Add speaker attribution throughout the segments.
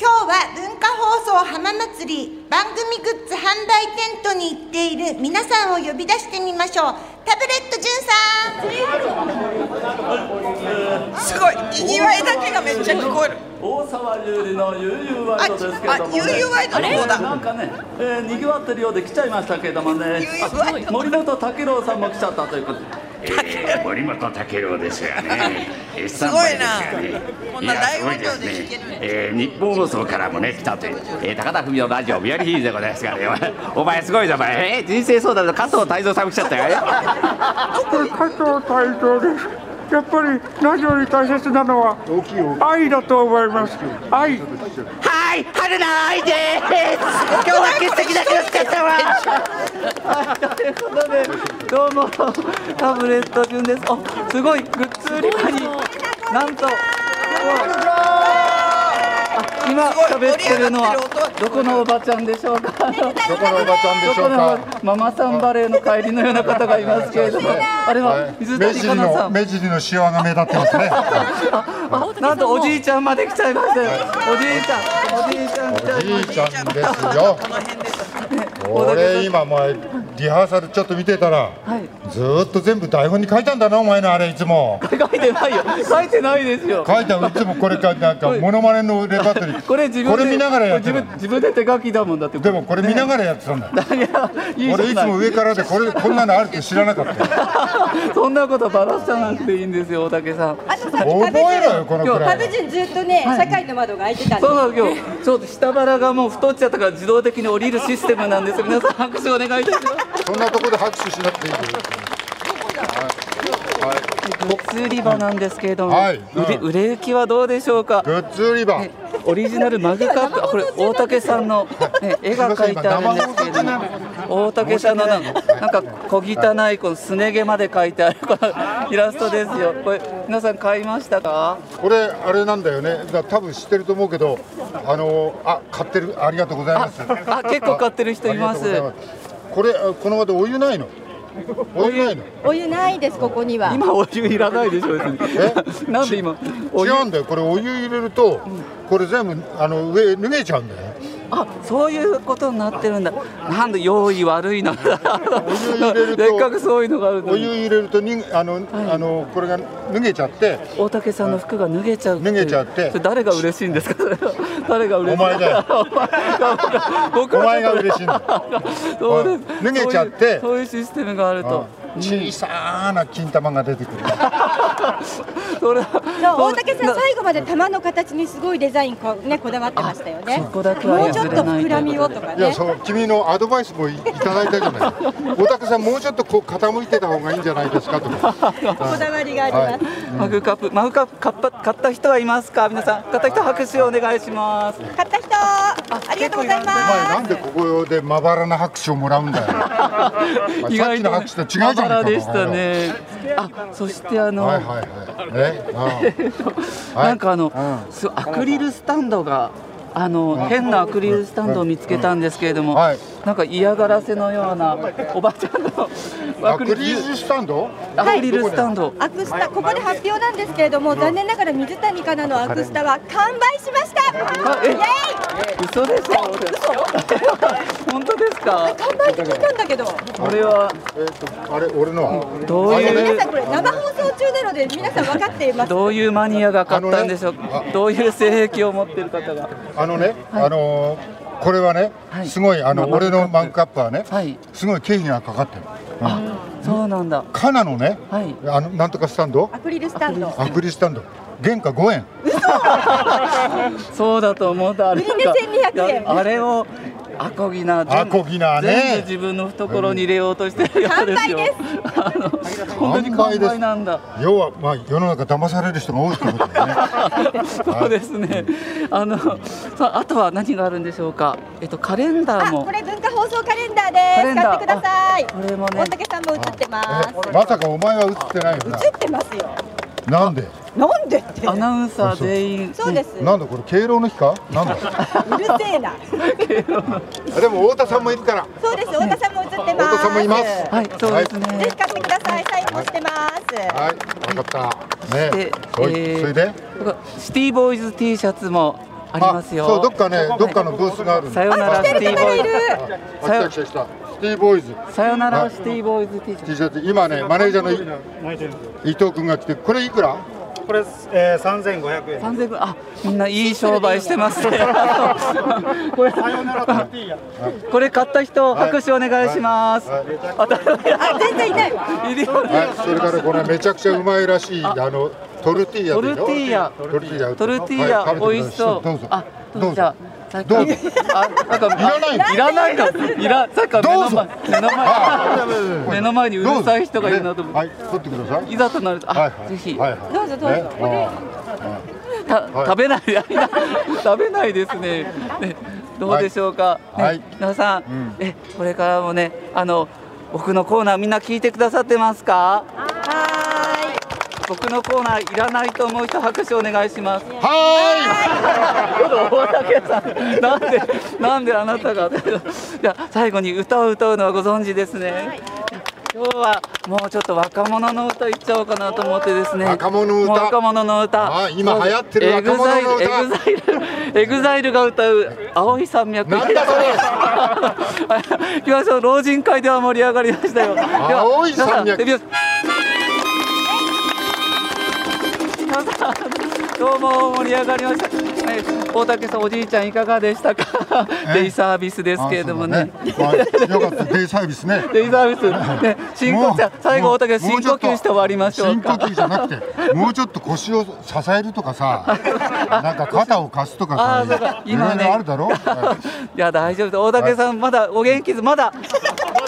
Speaker 1: 今日は文化放送浜祭り番組グッズ販売テントに行っている皆さんを呼び出してみましょうタブレットじゅん
Speaker 2: すごい、にぎわいだけがめっちゃ聞こえる。
Speaker 3: 大沢優里のゆうゆうワイドですけれども、ね、
Speaker 2: ああゆうゆうワイドの方だ
Speaker 3: なんかね、えー、にぎわってるようで来ちゃいましたけれどもね
Speaker 2: ゆうゆうワイド
Speaker 3: あ森本武郎さんも来ちゃったということで
Speaker 4: えー森本武郎ですがね、 えースタン
Speaker 2: ご
Speaker 4: バ
Speaker 2: い
Speaker 4: イ
Speaker 2: な
Speaker 4: ですがね
Speaker 2: こんない
Speaker 4: や
Speaker 2: 大
Speaker 4: すごい
Speaker 2: 音量で
Speaker 4: です
Speaker 2: 弾けるん
Speaker 4: ねえー日本放送からもね来たという、えー高田文夫ラジオビアリヒーズでございますからね お前お前すごいぞお前、えー人生相談の加藤泰造さんも来ちゃったよ
Speaker 5: 加藤泰造ですやっぱり何より大切なのは愛だと思います愛
Speaker 4: はい春菜愛です今日は欠席だけど来ちゃったわ
Speaker 3: ということでど うもタブレット順ですあすごいグッズ売り場になんとあ今喋ってるのはどこのおばちゃんでしょうかあの
Speaker 5: どこのおばちゃんでしょう
Speaker 3: ど
Speaker 5: か
Speaker 3: このママさんバレーの帰りのような方がいますけれどもあれは
Speaker 5: はい
Speaker 3: 水
Speaker 5: 目
Speaker 3: 谷香
Speaker 5: 尻
Speaker 3: 奈さ
Speaker 5: の
Speaker 3: ん
Speaker 5: 目尻のシワが目立ってますね
Speaker 3: あなんとおじいちゃんまで来ちゃいましたよおじいちゃんおじいちゃん来ちゃ
Speaker 5: お
Speaker 3: いま
Speaker 5: じ
Speaker 3: し
Speaker 5: いちゃんですよ
Speaker 2: この辺です。
Speaker 5: これ今もうリハーサルちょっと見てたら、
Speaker 3: はい
Speaker 5: ずーっと全部台本に書いたんだなお前のあれいつも
Speaker 3: た書いてないよ書いてないですよ
Speaker 5: 書いたいつもこれかなんかモノマネのレパートリー
Speaker 3: これ自分で
Speaker 5: 見ながらやって
Speaker 3: これ
Speaker 5: る
Speaker 3: 自分自分で手書きだもんだって
Speaker 5: でもこれ見ながらやってたんだ
Speaker 3: いやいい
Speaker 5: 俺い
Speaker 3: じゃ
Speaker 5: つ
Speaker 3: ない
Speaker 5: も上からでこれこんなのあるって知らなかったよ
Speaker 3: そんなことばらさなくていいんですよ大竹さん
Speaker 5: 覚えろよこのくらい
Speaker 6: 壁順ずっとね、社会の窓が開いてたんで
Speaker 3: そうなんです今日ちょっと下腹がもう太っちゃったから自動的に降りるシステムなんです皆さん拍手お願いいたします
Speaker 5: そんなとこで拍手しなくていいです
Speaker 3: グッズ売り場なんですけれども、
Speaker 5: はい
Speaker 3: 売れ
Speaker 5: うん
Speaker 3: 売れ行きはどうでしょうか
Speaker 5: グッズ売り場
Speaker 3: オリジナルマグカップ、あこれ大竹さんの、ね、絵が描いてあるんですけれども、大竹さんのなんかなんか小汚いこのすね毛まで描いてあるこのイラストですよ。これ皆さん買いましたか？
Speaker 5: これあれなんだよねだ多分知ってると思うけどあのあ買ってるありがとうございます
Speaker 3: あ結構買ってる人います
Speaker 5: ありがとうございますこれあこの場でお湯ないのお湯ないの
Speaker 6: お湯ないですここには
Speaker 3: 今お湯いらないでしょ別に。なんで今お湯
Speaker 5: 違うんだよこれお湯入れるとこれ全部あの上脱げちゃうんだよ
Speaker 3: あそういうことになってるんだ。なんで用意悪いな。せ
Speaker 5: 湯入れると
Speaker 3: っかくそういうのがあるの
Speaker 5: お湯
Speaker 3: に。
Speaker 5: 入れるとにあの、あのこれが脱げちゃって
Speaker 3: 大竹さんの服が脱げちゃうていう
Speaker 5: 脱げちゃって
Speaker 3: それ誰が嬉しいんですか それは誰が嬉しい
Speaker 5: お前 だよ
Speaker 3: 僕
Speaker 5: お
Speaker 3: は
Speaker 5: 前が嬉しいんだよ
Speaker 3: そうです
Speaker 5: うん脱げちゃって
Speaker 3: そういう そういうシステムがあると
Speaker 5: うん小さな金玉が出てくる
Speaker 3: それは
Speaker 6: そう大竹さ
Speaker 3: なん
Speaker 6: 最後まで玉の形にすごいデザインこうねこだわってましたよね
Speaker 3: そこだけは
Speaker 6: もうちょっ
Speaker 3: 譲
Speaker 6: と
Speaker 3: れない
Speaker 6: 膨らみをとか
Speaker 5: いや
Speaker 6: ね
Speaker 5: そう君のアドバイスもいいただいたじ ゃない小竹さんもうちょっとこう傾いてた方がいいんじゃないですかとか
Speaker 6: こだわりがあります、
Speaker 3: マグカップマグカップ買った買った人はいますか皆さん買った人拍手をお願いします
Speaker 1: さん買った人ありがとうござい
Speaker 5: お
Speaker 1: ま
Speaker 5: 前なんでここでまばらな拍手をもらうんだよ お前さっきの拍手と違うじゃ
Speaker 3: バ
Speaker 5: んか
Speaker 3: ラでしたねあそしてあ
Speaker 5: お
Speaker 3: の、
Speaker 5: 前はいはいはいえああ
Speaker 3: なんかあの、
Speaker 5: う
Speaker 3: そうアクリルスタンドがあの変なアクリルスタンドを見つけたんですけれども、
Speaker 5: はい
Speaker 3: なんか嫌がらせのようなおばちゃんの
Speaker 5: アクリルスタンド
Speaker 3: アクリルスタンド
Speaker 6: アクスタここで発表なんですけれども残念ながら水谷香奈のアクスタは完売しました
Speaker 3: あえ
Speaker 6: イエーイ
Speaker 3: 嘘で しょ本当ですか
Speaker 6: 完売って聞いたんだけど
Speaker 3: これは
Speaker 5: えっとあれ俺のは
Speaker 3: どうい
Speaker 6: 皆
Speaker 3: う
Speaker 6: さんこれ生放送中なので皆さん分かっています
Speaker 3: どういうマニアが買ったんでしょう
Speaker 5: あのねあ
Speaker 3: どういう性癖を持ってる方が
Speaker 5: あのね、あのーこれはね、
Speaker 3: はい
Speaker 5: すごいあの
Speaker 3: まあ
Speaker 5: 俺のマグカップはね、
Speaker 3: はい
Speaker 5: すごい経費がかかってる、うん、
Speaker 3: そうなんだ
Speaker 5: カナのね、
Speaker 3: はい
Speaker 5: あのなんとかスタンド
Speaker 6: アクリルスタンド
Speaker 5: アクリルスタンド原価5円
Speaker 3: そうだと思ったあれが
Speaker 6: 売り値1200円
Speaker 3: あれをアコギな全部
Speaker 5: アコギなね
Speaker 3: 全部自分の懐に入れようとしてるようですよあの本当に完売なんだ
Speaker 5: 要はまあ世の中騙される人が多いってこ とだよね
Speaker 3: そうですね。あの、さあ、あとは何があるんでしょうか。えっと、カレンダー
Speaker 6: あ
Speaker 3: も
Speaker 6: こ。れ文化放送カレンダーで
Speaker 3: カレ
Speaker 6: す
Speaker 3: ンダー
Speaker 6: 買ってください
Speaker 3: あこれもね
Speaker 6: 大竹さんも映ってます
Speaker 5: えまさかお前は映ってないよな
Speaker 6: 映ってますよ
Speaker 5: なんで
Speaker 7: なんでって
Speaker 3: アナウンサー全員
Speaker 7: そうですう
Speaker 5: なんだこれ敬老の日かなん だ
Speaker 7: るせえな
Speaker 8: あでも太田さんもいるから
Speaker 7: そうです太田さんも映ってま
Speaker 8: 太
Speaker 7: す
Speaker 8: 田さんもいます
Speaker 3: はいそうですね、
Speaker 7: ぜひ買ってくださいサインもしてます、
Speaker 8: はい分かったね
Speaker 3: で
Speaker 5: そい
Speaker 3: えー
Speaker 5: それで
Speaker 3: 僕シティボーイズ T シャツもありますよ
Speaker 5: そうどっかねどっかのブースがあるん
Speaker 3: さ
Speaker 5: だ
Speaker 3: よならシティボーイズ
Speaker 5: あ来た来た来たシティボーイズ
Speaker 3: さよならシティボーイズ T シャツ
Speaker 5: T シャツ今ねマネージャーの伊藤君が来てこれいくら
Speaker 9: これ、えー、3500円。
Speaker 3: 完全分あみんないい商売してますねこれ
Speaker 9: さよならトルティーヤ。
Speaker 3: これ買った人拍手お願いします、
Speaker 5: はい
Speaker 3: あ全然いないわ
Speaker 5: はいそれからこれめちゃくちゃうまいらしいあのトルティーヤ
Speaker 3: トルティーヤ
Speaker 5: トルティーヤ
Speaker 3: トルティーヤ、
Speaker 5: は
Speaker 3: 美味しそう。
Speaker 5: 食べてくだ
Speaker 3: あ
Speaker 5: さい、
Speaker 3: ど
Speaker 5: どうぞ
Speaker 3: うぞ。じゃあ
Speaker 5: どうぞ
Speaker 3: あ、なんか、いらないの。いら、さっきから目の前、目の前、目の前にうるさい人がいるなと思っ
Speaker 5: はい取ってください
Speaker 3: て。いざとなると、
Speaker 5: はい
Speaker 3: あ
Speaker 5: は、い
Speaker 3: ぜひ、
Speaker 5: はい
Speaker 3: た
Speaker 5: はい
Speaker 7: どうぞどうぞ
Speaker 5: ねはい
Speaker 3: 食べない、いやいや食べないですね。ねどうでしょうか。
Speaker 5: は
Speaker 3: はいい、皆さ
Speaker 5: うん
Speaker 3: ん、え、これからもね、あの、僕のコーナーみんな聞いてくださってますか。
Speaker 7: は
Speaker 3: 僕のコーナーいらないと思う人拍手お願いします。
Speaker 5: は
Speaker 3: 大竹さん、なんで、なんであなたが。いや、最後に歌を歌うのはご存知ですね。今日はもうちょっと若者の歌いっちゃおうかなと思ってですね。
Speaker 5: 若者の歌
Speaker 3: もう若者の歌。
Speaker 5: あ今流行ってる若者の歌
Speaker 3: エグザイル、エグザイル、エグザイルが歌う青い山脈。
Speaker 5: なんだそれ
Speaker 3: 行きましょう。老人会では盛り上がりましたよ。では
Speaker 5: 青い山脈
Speaker 3: 皆さん皆さんどうも盛り上がりました。え大竹さん、おじいちゃんいかがでしたか。デイサービスです
Speaker 5: い
Speaker 3: けれどもね。
Speaker 5: あ そうだねはいよかったデイサービスね
Speaker 3: デイサービス、ね、深呼吸、最後大竹さん、深呼吸して終わりましょうか。
Speaker 5: 深呼吸じゃなくてもうちょっと腰を支えると かさなんか肩を貸すとか
Speaker 3: ああ、そう
Speaker 5: さ
Speaker 3: か、
Speaker 5: いろ
Speaker 3: 今
Speaker 5: い
Speaker 3: ね。
Speaker 5: ろある だろ
Speaker 3: いや、大丈夫です。大竹さん、まだお元気です。まだ。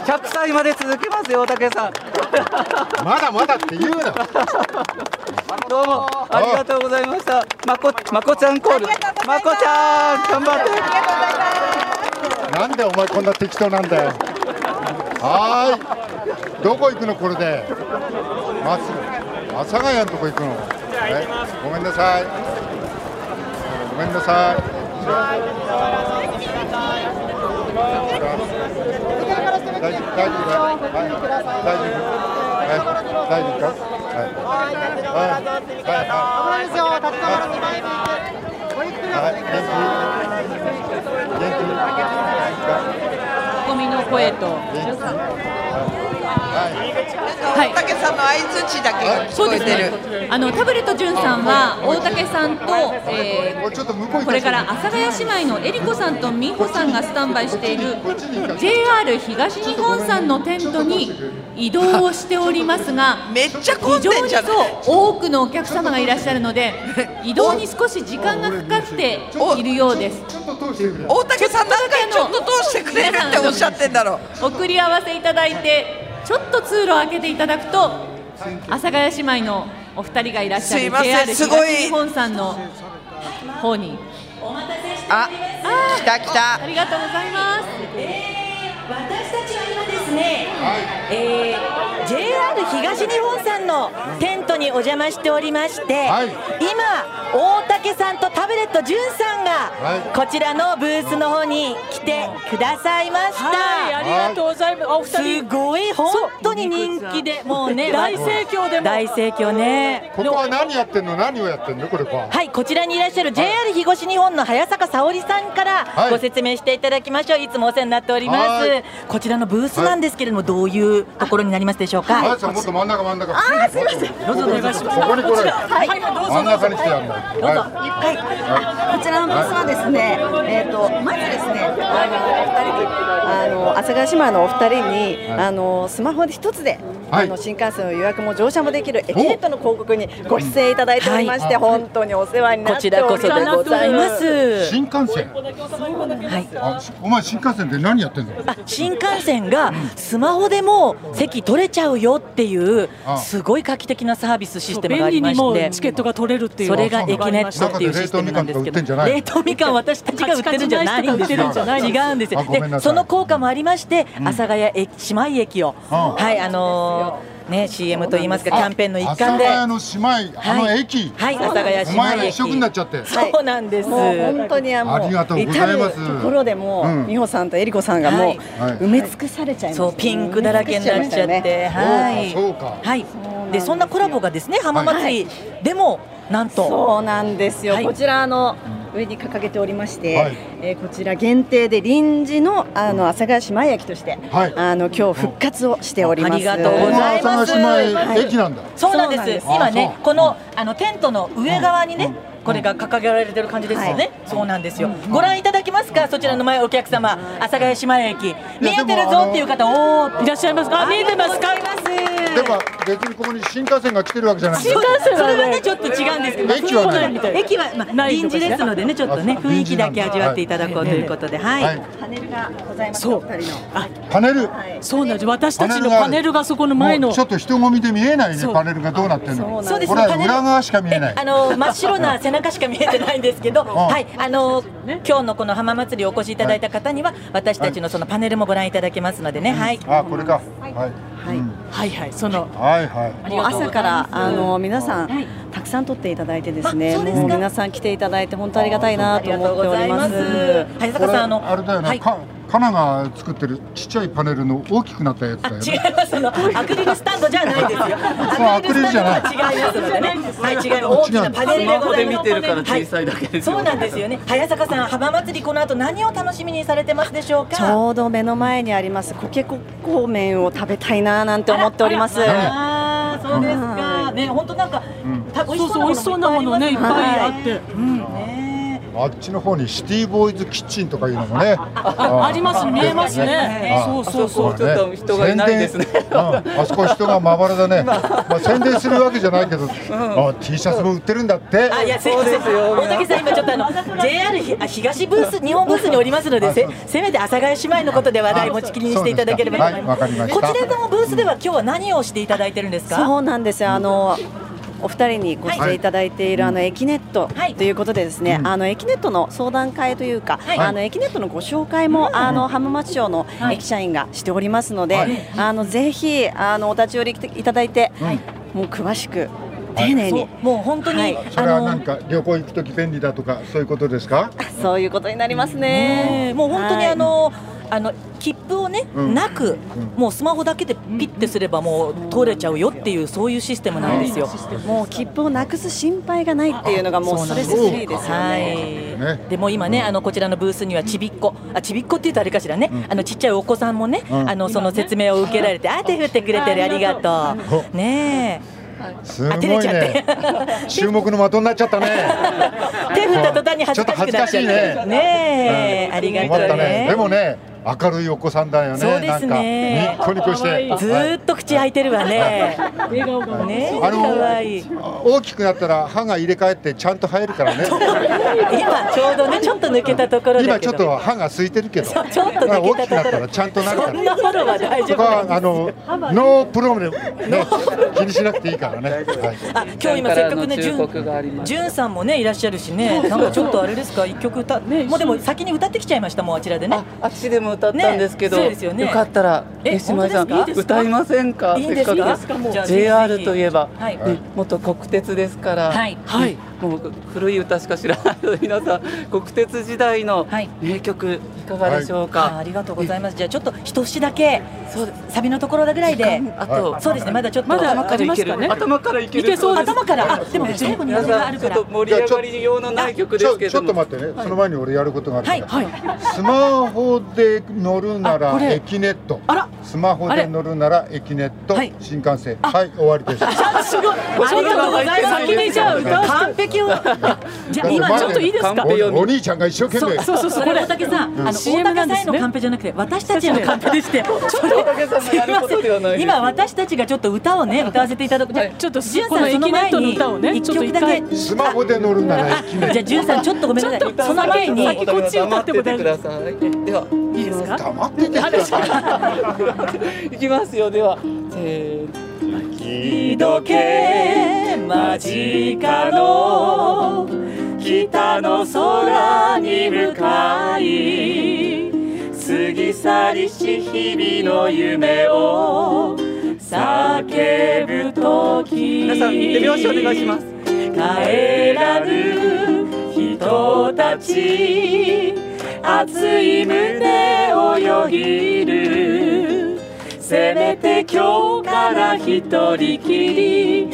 Speaker 3: 100歳まで続けますよ、大竹さん。
Speaker 5: まだまだって言うな
Speaker 3: どうも、ありがとうございました。まこ、まこちゃんコール。まこちゃん、頑張って。
Speaker 5: なんでお前こんな適当なんだよはーいどこ行くのこれでまっすぐ阿佐ヶ谷のとこ行くのはいごめんなさいごめんなさい大丈夫大丈夫だよはい大丈夫はい大丈夫かはいはいはいはい
Speaker 10: 込みの声と
Speaker 2: 大竹さんの相槌だけが聞こえてる。
Speaker 10: あのタブレット潤さんは大竹さんと、えーこれから阿佐ヶ谷姉妹のえりこさんと美穂さんがスタンバイしている JR 東日本さんのテントに移動をしておりますが
Speaker 2: めっちゃ混
Speaker 10: 非
Speaker 2: んで
Speaker 10: 常
Speaker 2: ん
Speaker 10: に
Speaker 2: じ
Speaker 10: そ
Speaker 2: ゃ
Speaker 10: う
Speaker 2: ない。
Speaker 10: 多くのお客様がいらっしゃるので移動に少し時間がかかっているようです
Speaker 2: 大竹さん何回ちょっと通してくれるっておっしゃってんだろう。
Speaker 10: 送り合わせいただいてちょっと通路を開けていただくと阿佐ヶ谷姉妹のお二人がいらっしゃ
Speaker 2: すい
Speaker 10: る
Speaker 2: ません
Speaker 10: JR
Speaker 2: すごい
Speaker 10: 東日本さんの方にあ
Speaker 2: あ、来た来た
Speaker 10: あ。りがとうございます
Speaker 7: 私たちは今ですね、えー JR 東日本さんのテントにお邪魔しておりまして、
Speaker 5: はい
Speaker 7: 今大竹さんとタブレット潤さん
Speaker 5: はい
Speaker 7: がこちらのブースの方に来てくださいました、
Speaker 10: ありがとうございますお
Speaker 7: すごい本当に人気でもうね大盛況でも大盛況ね
Speaker 5: ここは何やってんの何をやってんのこれは
Speaker 7: はいこちらにいらっしゃる JR 東日本の早坂沙織さんか
Speaker 5: はい
Speaker 7: らご説明していただきましょういつもお世話になっておりま
Speaker 5: はい
Speaker 7: すこちらのブースなんですけれどもどういうところになりますでしょうか
Speaker 5: あやさんもっと真ん中真ん中あすいませんどうぞお願いしますここに来ない
Speaker 7: はい
Speaker 5: 真ん中に来てやんないどうぞ
Speaker 7: はい、あこちらのブースはですね、えー、とまずですね、あのお二人あの阿佐ヶ谷姉妹のお二人に、
Speaker 5: はい
Speaker 7: あのスマホで一つで、
Speaker 5: はい
Speaker 7: あの新幹線の予約も乗車もできるエチケットの広告にご出演いただいておりまして、本当にお世話になっております。こちらこそでございます。
Speaker 5: 新幹線
Speaker 7: はい。
Speaker 5: あしお前新幹線で何やってんの
Speaker 7: あ新幹線がスマホでも席取れちゃうよっていう
Speaker 5: あ
Speaker 7: すごい画期的なサービスシステムがありましてチケットが取れるっていうそれが駅ネットっていうシステムなんですけ
Speaker 5: 中で冷凍みかんとか売ってんじゃない
Speaker 7: ど冷凍みかん私たちが売ってるんじゃないんですよ違うんです
Speaker 5: あ
Speaker 7: よ
Speaker 5: ごめんなさい
Speaker 7: でその効果もありまして阿佐ヶ谷駅姉妹駅を
Speaker 5: あ
Speaker 7: はいあのーね CM といいますかキャンペーンの一
Speaker 5: 阿佐
Speaker 7: 環
Speaker 5: ヶ
Speaker 7: で
Speaker 5: 谷の姉妹、あの駅、
Speaker 7: はいはい阿佐ヶ谷姉妹駅
Speaker 5: お前ら一色になっちゃって、
Speaker 7: そうなんです。
Speaker 6: もう本当にあも
Speaker 5: ありがとうございます
Speaker 6: 至るところでも
Speaker 5: うん
Speaker 6: う美穂さんとえりこさんがもう
Speaker 5: はい
Speaker 6: 埋め尽くされちゃいましたね。
Speaker 7: そうピンクだらけになっちゃって、はい、
Speaker 5: そうか、
Speaker 7: はい、でそんなコラボがですね浜祭りでもなんと、
Speaker 6: そうなんですよ、
Speaker 7: はい
Speaker 6: こちらあの上に掲げておりまして、
Speaker 7: はい
Speaker 6: えーこちら限定で臨時のあの阿佐ヶ谷姉妹駅として、
Speaker 5: はい
Speaker 6: あの今日復活をしております。
Speaker 7: ありがとうございます。
Speaker 6: はい
Speaker 7: そうなんです。今
Speaker 6: あ
Speaker 7: ね、このあのテントの上側にね。これが掲げられてる感じですよね。そうなんですよ。ご覧いただきますか、そちらの前お客様、阿佐ヶ谷姉妹駅。見えてるぞっていう方、おお、いらっしゃいますか。あ見えてますか。
Speaker 5: でも別にここに新幹線が来てるわけじゃない
Speaker 7: 新幹線はねそれはねちょっと違うんですけど
Speaker 5: 駅はない
Speaker 7: まあ駅はまあ臨時ですのでねちょっとね雰囲気だけ味わっていただこうということではい、
Speaker 5: はい
Speaker 6: パネルがございます。
Speaker 7: そう
Speaker 6: お二人の
Speaker 5: パネル、
Speaker 11: そうなんです。私たちの
Speaker 5: が
Speaker 11: パネルがそこの前の
Speaker 5: もうちょっと人混みで見えないね
Speaker 11: そう
Speaker 5: パネルがどうなってるの
Speaker 7: そうです
Speaker 5: これは
Speaker 7: パネル
Speaker 5: 裏側しか見えない
Speaker 7: あの真っ白な背中しか見えてないんですけど、はい、あの今日のこの浜祭りお越しいただいた方には私たちのそのパネルもご覧いただけますのでね、はい。
Speaker 5: あこれかはいはい
Speaker 7: はいはいその
Speaker 5: はいはい
Speaker 6: もう朝からあの皆さん、たくさん撮っていただいてですね、もう皆さん来ていただいて本当ありがたいなと思っております。
Speaker 7: 早坂さんあ
Speaker 5: のあれだよね、かカナが作ってるちっちゃいパネルの大きくなったやつだよ
Speaker 7: 違い
Speaker 5: ね
Speaker 7: ますあのアクリルスタンドじゃない ですよ。ア
Speaker 5: ア
Speaker 7: ク
Speaker 5: クリ
Speaker 7: リル
Speaker 5: ル
Speaker 7: ス
Speaker 5: じゃない
Speaker 7: タンドは違いますのでね。はい違います
Speaker 3: こ
Speaker 7: 大
Speaker 3: っち
Speaker 7: き
Speaker 3: な
Speaker 7: なん
Speaker 3: です
Speaker 7: パネルで
Speaker 3: スマ
Speaker 7: ございます。
Speaker 3: ホで見てるから小さいだけですよ
Speaker 7: はいそうなんですよね。早坂さん浜祭りこの後何を楽しみにされてますでしょうか。
Speaker 6: ちょうど目の前にありますコケコッコー麺を食べたいななんて思っております。
Speaker 7: あらそうですか。ね本当なんかた美味しそうなもの。
Speaker 11: そうそう美味しそうなものねいっぱいあって
Speaker 7: うん
Speaker 5: あっちの方にシティボーイズキッチンとかいうのもねあ
Speaker 11: あります見えますね
Speaker 5: あ
Speaker 11: そうそうそう
Speaker 5: あ
Speaker 11: ちょっと人がいないですね
Speaker 5: 宣伝うんあそこ人がまばらだ ねまあ宣伝するわけじゃないけどあ T シャツも売ってるんだって
Speaker 7: あいやすいません大竹さん今ちょっとあの JR ひあ東ブース日本ブースにおりますのでせせめて阿佐ヶ谷姉妹のことで話題持ちきりにしていただければと思います。
Speaker 5: はいわかりまし
Speaker 7: こ
Speaker 5: た
Speaker 7: ちらのブースでは今日は何をしていただいてるんですか。
Speaker 6: そうなんですよ。あのお二人にご出演いただいている、
Speaker 7: は
Speaker 6: あ
Speaker 7: い
Speaker 6: のエキネットということでですね、あのエキネットの相談会というか、
Speaker 7: はい
Speaker 6: あのエキネットのご紹介も、あの浜松町の駅社員がしておりますので、あのぜひあのお立ち寄りいただいて、もう詳しく丁寧に、
Speaker 7: もう本当に、
Speaker 5: それはなんか旅行行くとき便利だとかそういうことですか
Speaker 6: そういうことになりますね。
Speaker 7: もう本当にあの、あの切符をね、
Speaker 5: うん
Speaker 7: なく、もうスマホだけでピッてすればもう通れちゃうよっていうそういうシステムなんですよ。
Speaker 6: もう切符をなくす心配がないっていうのがもう
Speaker 7: そ
Speaker 6: ス
Speaker 7: な
Speaker 6: トレ
Speaker 7: ん
Speaker 6: スフリーですよね。
Speaker 7: はい。でも今ね、あのこちらのブースにはちびっこ、あちびっこって言うとあれかしらね、あのちっちゃいお子さんもね、
Speaker 5: うん
Speaker 7: あのその説明を受けられて、あ手振ってくれてるありがとう。ね
Speaker 5: すご
Speaker 7: あ
Speaker 5: い
Speaker 7: 照れちゃっ
Speaker 5: ね
Speaker 7: て
Speaker 5: 注目の的になっちゃったね
Speaker 7: え、手振った途端に恥ずかしくなっちゃう
Speaker 5: ちょっと恥ずかしいね
Speaker 7: ねえ、ありが
Speaker 5: 困っ
Speaker 7: と
Speaker 5: た
Speaker 7: うね
Speaker 5: ね。でもね明るいお子さんだよね
Speaker 7: そうですね
Speaker 5: なんかニッコニコして
Speaker 7: ずーっと口開いてるわね。
Speaker 11: 笑顔が
Speaker 7: ねえ、
Speaker 5: あの
Speaker 7: 可愛い。
Speaker 5: 大きくなったら歯が入れ替えてちゃんと生えるからね
Speaker 7: 今ちょうどね、ちょっと抜けたところだ
Speaker 5: 今
Speaker 7: け
Speaker 5: ちょ
Speaker 7: ど。
Speaker 5: っと歯が空いてるけど
Speaker 7: そうちょっと抜けたところ
Speaker 5: 大きくなったらちゃんとなるか
Speaker 7: そんなフォローは大
Speaker 5: ら
Speaker 7: 丈
Speaker 5: そ
Speaker 7: 夫
Speaker 5: こ
Speaker 7: なん
Speaker 5: はあのノープロブレムね気にしなくていいからねはい
Speaker 7: あ今日今せっかくね
Speaker 3: 中国があります
Speaker 7: じゅんさんもねいらっしゃるしねなんかちょっとあれですか一曲歌もうでも先に歌ってきちゃいましたもうあちらでね
Speaker 3: あっちでも歌ったんですけど、
Speaker 7: ねそうですよね
Speaker 3: かったら
Speaker 7: え
Speaker 3: 吉村さん
Speaker 7: 本当ですか
Speaker 3: 歌いませんか
Speaker 7: いいんですか
Speaker 3: せっかく
Speaker 7: じゃあ
Speaker 3: JR
Speaker 7: ぜひぜひ
Speaker 3: といえば、
Speaker 7: はい
Speaker 3: ね元国鉄ですから、
Speaker 7: はい
Speaker 3: ねもう古い歌しか知らないので皆さん 国鉄時代の名曲いかがでしょうか、
Speaker 7: あありがとうございますじゃあちょっと一節だけサビのところだぐらいで
Speaker 3: あと
Speaker 7: そうですねまだちょっと
Speaker 3: まだ頭からいける頭からいける
Speaker 7: 頭からあでも最後に
Speaker 3: 皆
Speaker 7: 余裕があ
Speaker 3: さ
Speaker 7: る
Speaker 3: んちょっ
Speaker 7: から
Speaker 3: と盛り上がり用のない曲ですけれ
Speaker 5: ちょ
Speaker 3: ど
Speaker 5: っと
Speaker 3: も
Speaker 5: 待ってね、その前に俺やることがあるから、
Speaker 7: はい
Speaker 5: スマホで乗るな
Speaker 7: あこ
Speaker 5: ら
Speaker 7: れ
Speaker 5: エキネットスマホで乗るならエキネット、新幹線はい終わりです
Speaker 7: すごいありがとうございます完璧をじゃあ今ちょっといいですか
Speaker 5: おお兄ちゃんが一生懸
Speaker 7: そう
Speaker 5: 命
Speaker 7: そうそうそうこれ大竹さん、
Speaker 5: うん
Speaker 7: あの大
Speaker 11: CM
Speaker 7: 竹
Speaker 11: な
Speaker 7: さ
Speaker 11: ん
Speaker 7: ん
Speaker 11: で
Speaker 7: へ
Speaker 11: す
Speaker 7: の
Speaker 11: ね
Speaker 7: カンペじゃなくて私たちへのカンペ でしてちょっと
Speaker 11: 大竹さんのやることではないです
Speaker 7: 今私たちがちょっと歌をね歌わせていただくじゃあちょっと
Speaker 11: このエキネットの歌をね
Speaker 7: 一曲だけ
Speaker 5: スマホで乗るなら エキネッ
Speaker 7: じゃあじゅんさんちょっとごめんなさいその前に
Speaker 3: 先こっち歌っても大丈夫ですではいいですか
Speaker 5: 黙ってて
Speaker 3: くださいいきますよではせーの
Speaker 12: 時計間近の北の空に向かい過ぎ去りし日々の夢を
Speaker 3: 叫ぶとき
Speaker 13: 皆さん手拍子お願いします
Speaker 3: 帰らぬ人たち熱い胸をよぎるせめて今日から一人きり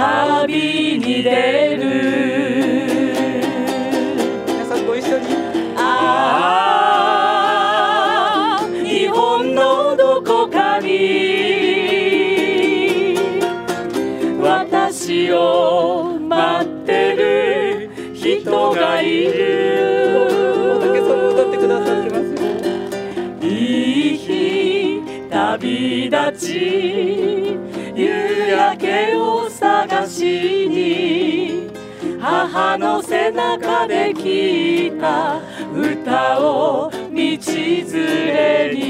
Speaker 3: 旅に出る
Speaker 13: 皆さんご一緒に
Speaker 3: ああ日本のどこかに私を待ってる人がいる大竹さんも歌ってくださってますいい日旅立ち夕焼けを探しに母の背中で聞いた歌を道連れに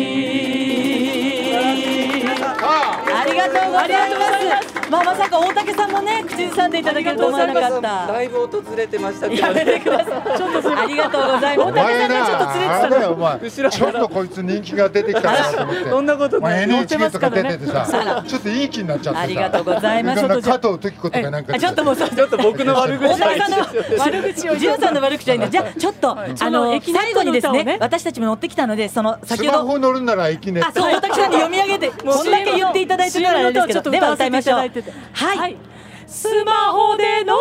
Speaker 7: ありがとうございます。まあまさか大竹さんもね口ずさんでいただけると思わなかった。
Speaker 13: だいぶ訪れてましたけど
Speaker 7: やめてください。ちょっとすいませんありがとうございます。
Speaker 5: お前な、あれだよお前
Speaker 13: 後ろ
Speaker 5: ちょっとこいつ人気が出てきたなと思って
Speaker 13: そんなことない
Speaker 5: お前 NHK とか出てて
Speaker 13: 乗ってますから
Speaker 5: さ
Speaker 13: ね
Speaker 5: ちょっといい気になっちゃってさ
Speaker 13: ありがとうございます
Speaker 5: でなんか加藤時子とかなんか
Speaker 7: あちょっともうそう
Speaker 13: ちょっと僕の悪口
Speaker 7: 大竹さんの悪口をジュンさんの悪口じゃないんだ。じゃあちょっと
Speaker 5: はい
Speaker 7: あの最後にですね私たちも乗ってきたのでその
Speaker 5: ス
Speaker 7: 先
Speaker 5: マ
Speaker 7: ほど
Speaker 5: ホ乗るなら駅ね
Speaker 7: あそう大竹さんに読み上げて
Speaker 5: もう
Speaker 7: こんだけ言っていただいてたらあれです
Speaker 14: CM の音を
Speaker 7: けど
Speaker 14: ちょっと
Speaker 7: で
Speaker 14: 歌
Speaker 7: は
Speaker 14: わ
Speaker 7: 歌
Speaker 14: せ
Speaker 7: い
Speaker 14: て
Speaker 7: ま
Speaker 14: い
Speaker 7: しょ
Speaker 14: た
Speaker 7: う。
Speaker 14: だ
Speaker 7: はい
Speaker 14: て
Speaker 7: い。
Speaker 14: スマホで乗るなら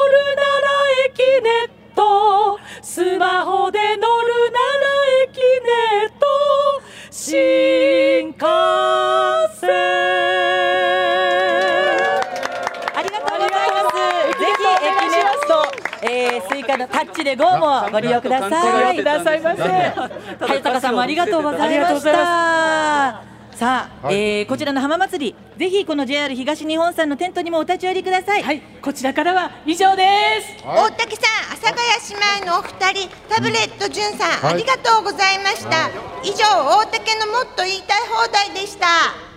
Speaker 14: 駅ネットスマホで乗るなら駅ネット新幹線
Speaker 7: ありがとうございます。ぜひ駅ネット、えー、スイカのタッチで GO もご利用ください。
Speaker 14: ご利用くださいませ
Speaker 7: 早坂さんもありがとうございました。さあ、えーこちらの浜祭り、ぜひこの JR 東日本さんのテントにもお立ち寄りください。はい、こちらからは以上です。
Speaker 1: 大竹さん、阿佐ヶ谷姉妹のお二人、タブレット潤さん、
Speaker 7: はい
Speaker 1: ありがとうございました。以上、大竹のもっと言いたい放題でした。